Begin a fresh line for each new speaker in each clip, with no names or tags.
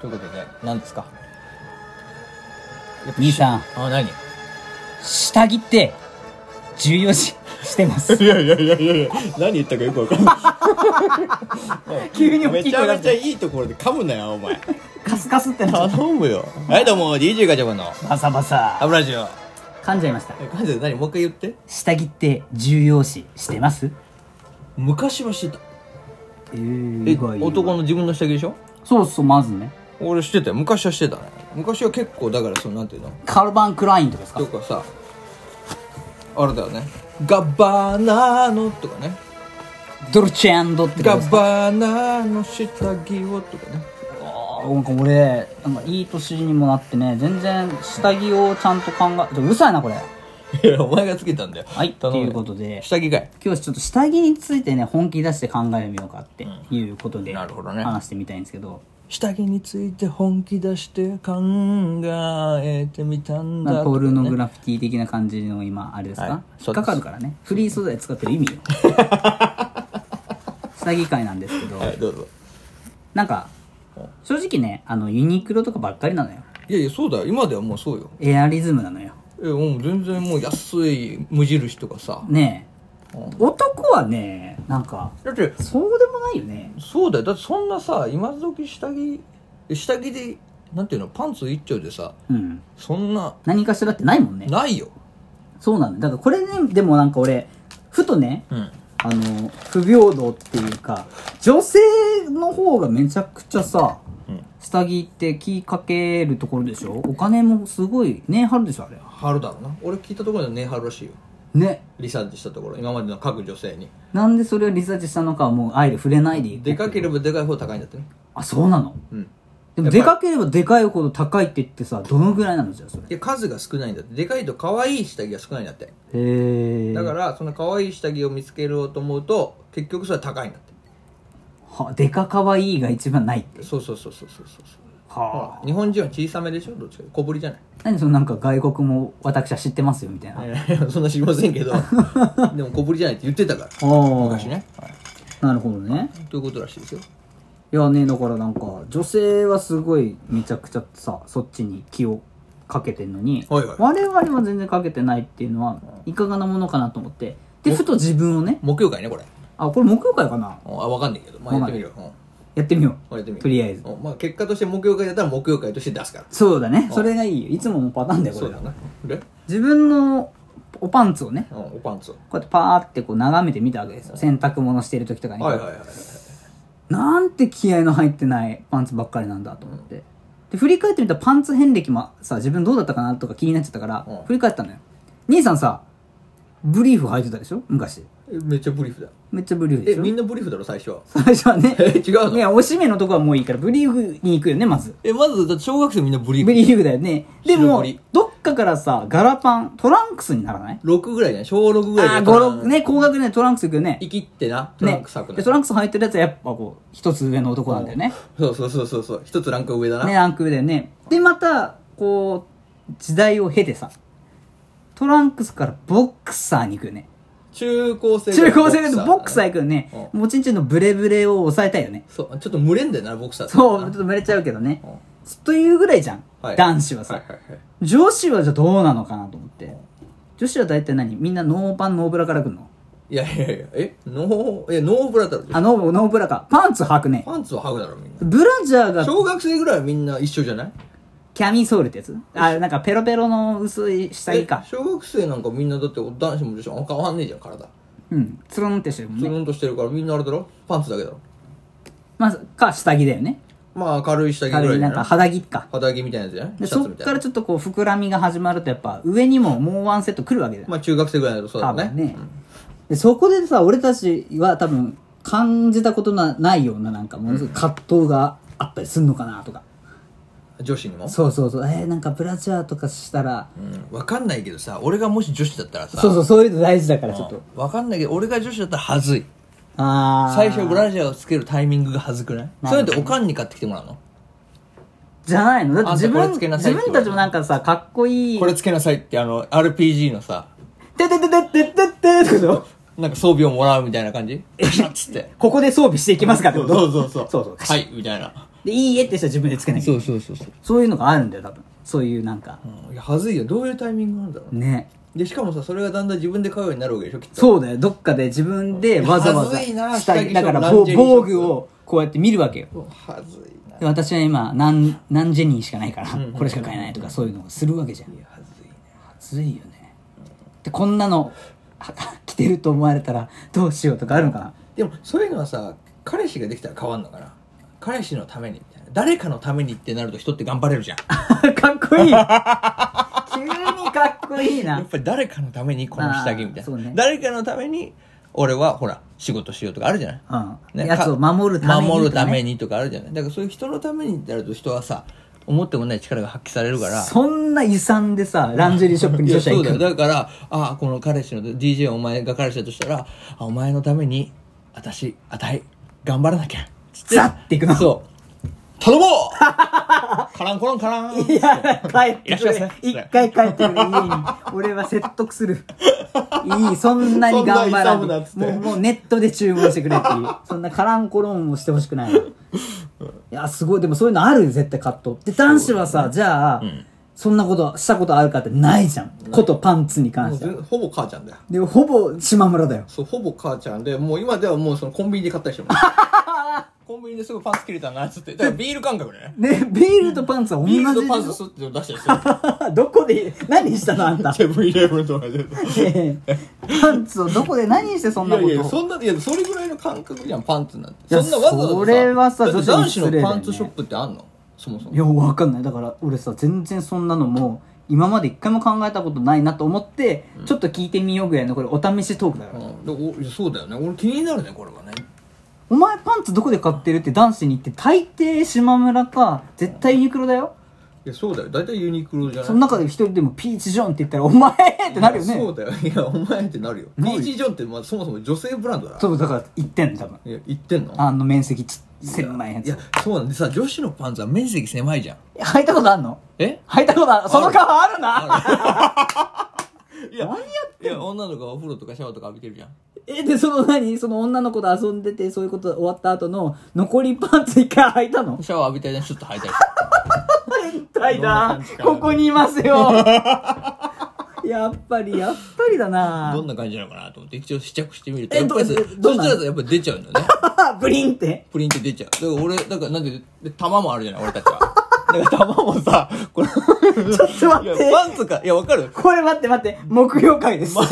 ということで何ですかやっぱ
兄さん
あ何
下着って重要視してます
いやいやいやいやいや何言ったかよくわかんない
急に大
め
きい
ちゃ
声
め
出
ちゃ
して
いいところで噛むなよお前
カスカスってなっちゃっ
頼むよはいどうも DJ ガチャバの
たバサバ
ア
サ
ブラジオ
噛んじゃいました
えカズ何もう一回言って
下着って重要視してます
昔はしてた
え
え
ー
男の自分の下着でしょ
そうそうまずね
俺してたよ昔はしてたね昔は結構だからそのなんていうの
カルバン・クラインとかですか
とかさあれだよねガバナのとかね
ドルチェって
ガ
かですか
バナの下着をとかね
あーなんか俺なんかいい年にもなってね全然下着をちゃんと考えちょうるさいなこれ
いや お前がつけたんだよ
はいと
頼むよ
いうことで
下着かい
今日ちょっと下着についてね本気出して考えてみようかっていうことで
なるほどね
話してみたいんですけど
下着について本気出して考えてみたん
ま
だ
あ、ポルノグラフィティ的な感じの今あれですか、
はい
引っかかるからねフリー素材使って る意味よ下着会なんですけど、
はいどうぞ
なんか正直ねあのユニクロとかばっかりなのよ
いやいやそうだよ今ではもうそうよ
エアリズムなのよ
えもう全然もう安い無印とかさ
ねえ
う
男はねなんか
だって
そうでもないよね
そうだよだってそんなさ今時下着下着でなんていうのパンツ一丁でさ
うん
そんな
何かしらってないもんね
ないよ
そうなんだだからこれねでもなんか俺ふとね
うん
あの不平等っていうか女性の方がめちゃくちゃさ
うん
下着って気かけるところでしょお金もすごいね張るでしょあれ
春だろうな俺聞いたところではね春らしいよ
ね
リサーチしたところ今までの各女性に
なんでそれをリサーチしたのかはもうあえて触れないで言って
でかければでかい方高いんだってね
あそうなの
うん
でもでかければでかいほど高いって言ってさどのぐらいなのじゃ あそれ
で数が少ないんだってでかいと可愛い下着が少ないんだって
へえ
だからその可愛い下着を見つけようと思うと結局それは高いんだって
はでかかわいいが一番ないって
そうそうそうそうそうそうそうほ
はあ
ら日本人は小さめでしょどっちか小ぶりじゃない
何そのなんか外国も私は知ってますよみたいな、
いやいやそんな知りませんけど でも小ぶりじゃないって言ってたから
ああ
昔ね、はい
なるほどね
ということらしいですよ
いやねだからなんか女性はすごいめちゃくちゃさそっちに気をかけてんのに、
はいはい
我々は全然かけてないっていうのはいかがなものかなと思ってでふと自分をね
木曜会ねこれ
あこれ木曜会かな
うんあ分かんないけどまあやってみるよ、うん
やってみよ
まあやってみる
とりあえず
うんまあ、結果として木曜会だったら木曜会として出すから
うそうだねそれがいいよいつものパターンだよこ
そ
れ
うだ
が
なで、
自分のおパンツをね
うん、おパンツを
こうやってパーってこう眺めてみたわけですよ洗濯物してる時とかに、
はいはいはいはい
なんて気合の入ってないパンツばっかりなんだと思って。で、振り返ってみたらパンツ遍歴もさ、自分どうだったかなとか気になっちゃったから、
うん
振り返ったのよ。兄さんさ、ブリーフ履いてたでしょ昔。
えめっちゃブリーフだ
めっちゃブリーフで
え
しょ
みんなブリーフだろ最初は
最初はね。
え違うの
いや、おしめのとこはもういいから、ブリーフに行くよね、まず。
えまずだって小学生みんなブリー
ブ
フ
リーフだよね。で
白
も
ブリ、
どっかからさ、ガラパン、トランクスにならない
6ぐらいじゃない小6ぐらい
ああー、
じゃない
五六ね、高学年トランクス行くよね。
生きってなトランクサく
ね
な
で
い、
トランクス履いてるやつはやっぱこう、一つ上の男なんだよね。
そうそうそうそうそう一つランク上だな、
ね、ランク上だよね。で、また、こう、時代を経てさ、トランクスからボクサーに行くよね。
中高生
中高生でボクサー行くよね
うん。
もうちんちんのブレブレを抑えたいよね。
そうちょっと群れんだよなボクサーって
そう、ち
な
ょっと蒸れちゃうけどね
うん。
というぐらいじゃん。
はい
男子は
はい
さ。
はいはい
女子はじゃあどうなのかなと思って。女子は大体何みんなノーパン、ノーブラから来るの
いやいやいやえノーえノーブラだろ
あ、ノー、ノーブラか。パンツ履くね。
パンツは履くだろみんな
ブラジャーが
小学生ぐらいはみんな一緒じゃない
キャミソールってやつあ、なんかペロペロの薄い下着か
え。小学生なんかみんなだって男子も女子も変わんねえじゃん体
うん。つるんってしてるもん
つ
ね。
るんとしてるからみんなあれだろパンツだけだろ
まず、か、下着だよね。
まあ軽い下着ぐらい
軽い
じ
な
ゃ
んか
ない
肌着か
肌着みたいなやつじゃない
で
シャ
そ
ツ
っ
みたい
か
な
らちょっとこう膨らみが始まるとやっぱ上にももうワンセット来るわけだよ、
まあ中学生ぐらいだとそうだ
多
ろうね
分ね、でそこでさ俺たちは多分感じたことなないようななんかものすごい葛藤があったりするのかなとか、
女子にも
そうそうそうえー、なんかブラジャーとかしたら、
うんわかんないけどさ俺がもし女子だったらさ
そうそうそういうの大事だからちょっと、
わかんないけど俺が女子だったらはずい
ああ
最初ブラジャーをつけるタイミングがはずくない
ほど
それっておかんに買ってきてもらうの
じゃないのだって自
あんたこ
分
れつけなさ
自
いって
分たちもなんかさかっこいい
これつけなさいってあの RPG のさ
ててててててててってこと
なんか装備をもらうみたいな感じえっつって
ここで装備していきますかって
そ
こ
う
と
そうそうそう
そうそう
はいみたいな
でいいえって人は自分でつけなきゃいけ
そ
な
う
い
そうそうそう、
そういうのがあるんだよ多分そういうなんか
うん、いやはずいよどういうタイミングなんだろうね
ね
でしかもさそれがだんだん自分で買うようになるわけでしょきっと
そうだよどっかで自分でわざわざ
恥ずいな
下
下
着
着
だから
ショーラ
ぼ
ンジェリー
防具をこうやって見るわけよ
うはずいな
で私は今何何ジェニーしかないから
うん
これしか買えないとかそういうのをするわけじゃん
いやはずいね
暑いよねでこんなのは着てると思われたらどうしようとかあるのかな
でもそういうのはさ彼氏ができたら変わんのかな彼氏のためにみたいな誰かのためにってなると人って頑張れるじゃん
かっこいい急にかっこいい
や
な
っぱり誰かのためにこの下着みた
あー
い
そ
な、
うね
誰かのために俺はほら仕事しようとかあるじゃない
うん、
ね
やつを守るためにとかね、
守るためにとかあるじゃないだからそういう人のためにってなると人はさ思ってもない力が発揮されるから
そんな遺産でさランジェリーショップに
い
女
や
子は
そ
行
うだ
く
よ
の
だからあこの彼氏の DJ お前が彼氏だとしたらあお前のために私あたい頑張らなきゃつって
ザッて行くの
そう頼もう カランコロンカラン
いや帰って
いらっ
く
しゃい
れ
ませ
一回帰ってくれ家に俺は説得するいいそんなに頑張ら
そんな勇むな
な
っ
い
つって
もうもうネットで注文してくれっていうそんなカランコロンをしてほしくないないやすごいでもそういうのあるよ絶対カットで男子はさ、じゃあ、
ん
そんなことしたことあるかってないじゃんことパンツに関
もう
しては
全ほぼ母ちゃんだよ
でほぼ島村だよ
そうほぼ母ちゃんでもう今ではもうそのコンビニで買ったりしても コンビニですぐパンツ切れたなっつってだからビール感覚ね
ねビールとパンツは同じ
ビ
で
ールとパンツ
し
ス
ょ
ッて出したり する
どこで何したのあ んた
セブンイレブンとかで
ねえパンツをどこで何してそん
い
な
や
ことを
いやそんないやそれぐらいの感覚じゃんパンツなん
いや
てそんなわざわざさ
それはさ
だって
女子に
男子
失礼だよね
のパンツショップってあんのそもそ
い
も
や、わかんない。だから、俺さ、全然そんなのも、今まで一回も考えたことないなと思って、ちょっと聞いてみようぐらいの、これ、お試しトークだから。
うんでおいやそうだよね俺気になるねこれはね
お前、パンツどこで買ってるって男子に言って、大抵島村か、絶対ユニクロだよ。
いやそうだよ大体ユニクロじゃない
その中で一人でも、ピーチジョンって言ったら、お前ってなるよ
いやそ
ね
う。だよいやお前ってなるよピ
なるよ
ーチ・ジョンって、まあ、そもそも女性ブランドだ
そう、だから、言ってんの、多分。
いや言ってんの
あの面積ち、狭いや
いや
つ。
そうなんでさ女子のパンツは面積狭いじゃん
履いたことあんの
え
履いたことあるその顔あるな
いや
何や
いや女の子はお風呂とかシャワーとか浴びてるじゃん
え、で、その何その女の子と遊んでて、そういうこと終わった後の、残りパンツ一回履いたの
シャワー浴びたりちょっと履いたり
変態
どんな
だ
感じ。かな
ここにいます よ。やっぱり、やっぱりだ
どん
な。
な感じなのかなと思って一応試着してみると
え
やっぱりさ
どど
そし
んな
たらさやっぱ出ちゃうんだよね
ブリンって。
プリント出ちゃうだから俺だからなんでで玉もあるじゃない俺たちはだから玉もさこれ
ちょっと
い
待っ
や
て。
パンツかいやわかる
これ待って待って。木曜会です。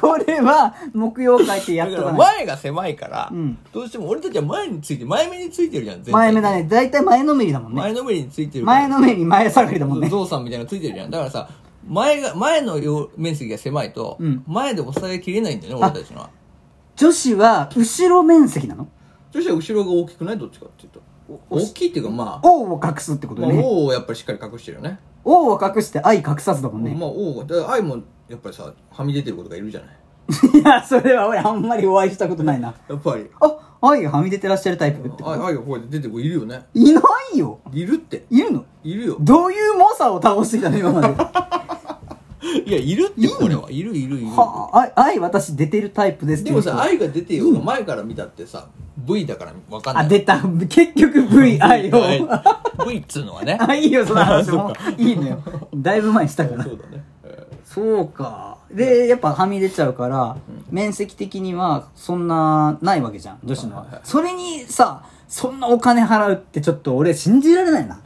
これは、木曜会ってや
だ
っ
か
とからない。
前が狭いから、
うん
どうしても俺たちは前について前目についてるじゃん全体
前目だね。だいたい前のめりだもんね。
前のめりについてるから
前のめり、前下がりだもんね。
ゾウさんみたいなのついてるじゃん。だからさ、前が、前のよう面積が狭いと、
うん
前で抑えきれないんだよね、俺たちのは。
女子は、後ろ面積なの
そしたら後ろが大きくないどっちかっていうと。お大きいっていうかまあ、
王を隠すってこと
まあ、
だね。
王をやっぱりしっかり隠してるよね。
王を隠して愛隠さずだもんね。
まあ王が、だから愛もやっぱりさ、はみ出てることがいるじゃない。
いや、それは俺あんまりお会いしたことないな。
やっぱり、
あ、愛がはみ出てらっしゃるタイプって
愛愛がこうやって出てこういるよね。
いないよ
いるって。
いるの
いるよ。
どういう猛者を倒してきたの今 まで。
いや、いるってこれは。いるいるいる。
はあ、あ愛、私出てるタイプですっ
で
ていう
も
人
さ、愛が出てようが前から見たってさ、V だからわかんな
あ、
い。
出た。結局 V 愛を。
V っつうのはね。
あ、いいよ、その話も
そうか。
いいのよ。だいぶ前にしたから
そ。うだね。え
そうか。で、やっぱはみ出ちゃうから、面積的にはそんなないわけじゃん、女子の
はいは。
はいそれにさ、そんなお金払うってちょっと俺信じられないな。
ー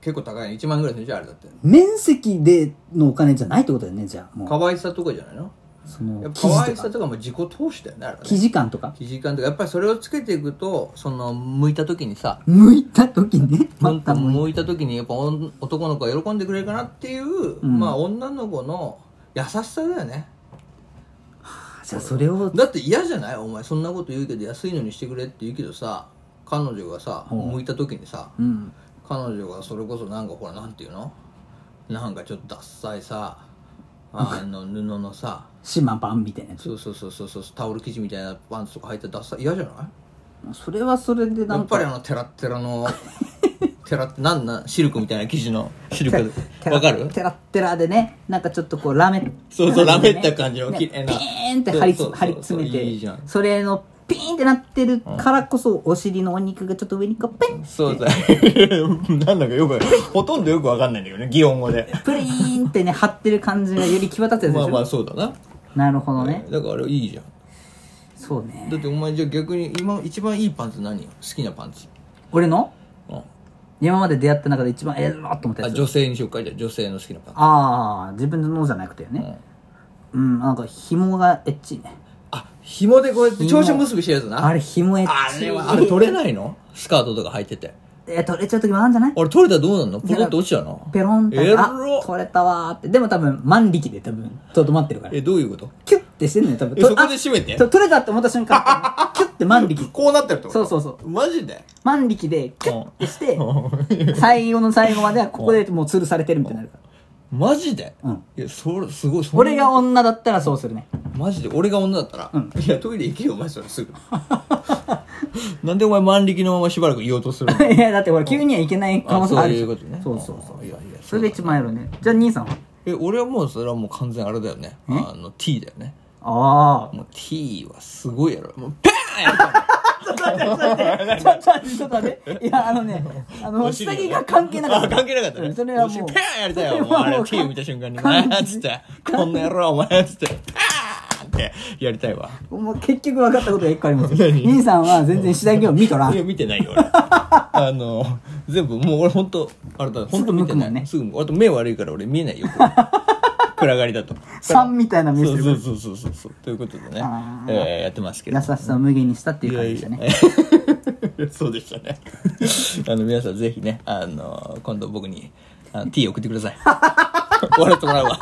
結構高いね。1万ぐらいするじゃん、あれだって。
面積でのお金じゃないってことだよね、じゃあ。もう、
可愛さとかじゃないの
そ
や
の、
っぱ
記
可
事
愛
とか
さ。とかも自己投資だよねあれ
生
ね
地感とか
生地感とかやっぱりそれをつけていくとその向いた時にさ
剥いた時ねまたもう
向いた時にやっぱ女男の子が喜んでくれるかなっていう、
うん
まあ女の子の優しさだよね
じゃあそれを
だって嫌じゃないお前そんなこと言うけど安いのにしてくれって言うけどさ彼女がさ
うん
向いた時にさ
うん
彼女がそれこそなんかほらなんていうのなんかちょっとダッサい さあの布のさ
島パンみたいなやつ
そうそうそうそうそうタオル生地みたいなパンツとか履いたダッサい嫌じゃない
それはそれでな
や
ん
っぱり
か
あのテラッテラ のテラってなんなんシルクみたいな生地のシル
テラ
クわかる
テラッテラでねなんかちょっとこうラメ
そうそう
テラでね
ラメった感じの
ね
綺麗な
ピーンって張りつ
そうそうそう
張り詰め
いいじゃ
て
ん
それのピーンってなってるからこそ、お尻のお肉がちょっと上にこう、ピン
そうだ なんだかよくほとんどよくわかんないんだけどね擬音語で
プリーンってね、張ってる感じがより際立つや つでし
ま
ょ
あまあそうだな
なるほどね。
だからあれいいじゃん
そうね。
だってお前じゃあ逆に今一番いいパンツ何好きなパンツ、
俺の
うん
今まで出会った中で一番えらっと思った
あ
やつ。
女性にしよっかじゃあ女性の好きなパンツ
ああ、自分のじゃなくてね。うん、なんか紐がエッチいね。
あ紐でこうやって長所結びしてるやつな
あれ紐エッ
あ
チい。
れはあれ取れないのスカートとか履いてて
え、取れちゃう時もあるんじゃない
あれ取れたらどうなんのポコッと落ちちゃうの
ペロンって、
えら
あ、取れたわーって。でも多分、万力で多分、とどまってるから。
えどういうこと
キュッてしてんのよ、多分。
え
と
そこで
あ
締めて
と取れたって思った瞬 間、キュッて万力。
こうなってるってこと
そうそうそう。
マジで
万力で、キュッてして
う、
最後の最後まではここでもう吊るされてるみたいになるから。
マジで、
うん
いやそれすごいそんな
俺が女だったらそうするね。
マジで俺が女だったら、
うん
いやトイレ行けよお前それすぐ なんでお前万力のまましばらく言おうとするの
いや、だってほら、急にはいけない可能
あ
性
そ
あ
う
る
い
し
うことね
そうそうそう。
あいやいや
それが一番やろうね。じゃあ、兄さんは
え俺はもうそれはもう完全あれだよねあの T だよね
あ
もう T はすごいやろもうペーンやった
あ。ちょっと待って、ちょっと待って。いや、あの ね、あの、
お尻
下着が関係なかった。
あ関係なかった
う
ね
んそれはもう
お尻ペ。ーンやりたいよ
それはもう
もうあ れ T を見た瞬間に「お前」っつって「こんな野郎お前」っつって「ペーン!」ってやりたいわ
もう結局分かったことが一個ありますよ。
何
兄さんは全然下着を見とら ん
い。や見てないよ俺あの全部もう俺本当あれだ本当見て
すぐ向
な
くも
い
んね
すぐ向くあと目悪いから俺見えないよこれ暗がり だと
さんみたいな目
そ
して
う
く
そう
る。
そうそうそうそうということでね
あ、ー
えーやってますけど
優しさを無限にしたっていう感じでしたね。
いやそうでしたね あの皆さんぜひ ねあの今度僕にあの T 送ってください笑ってもらうわ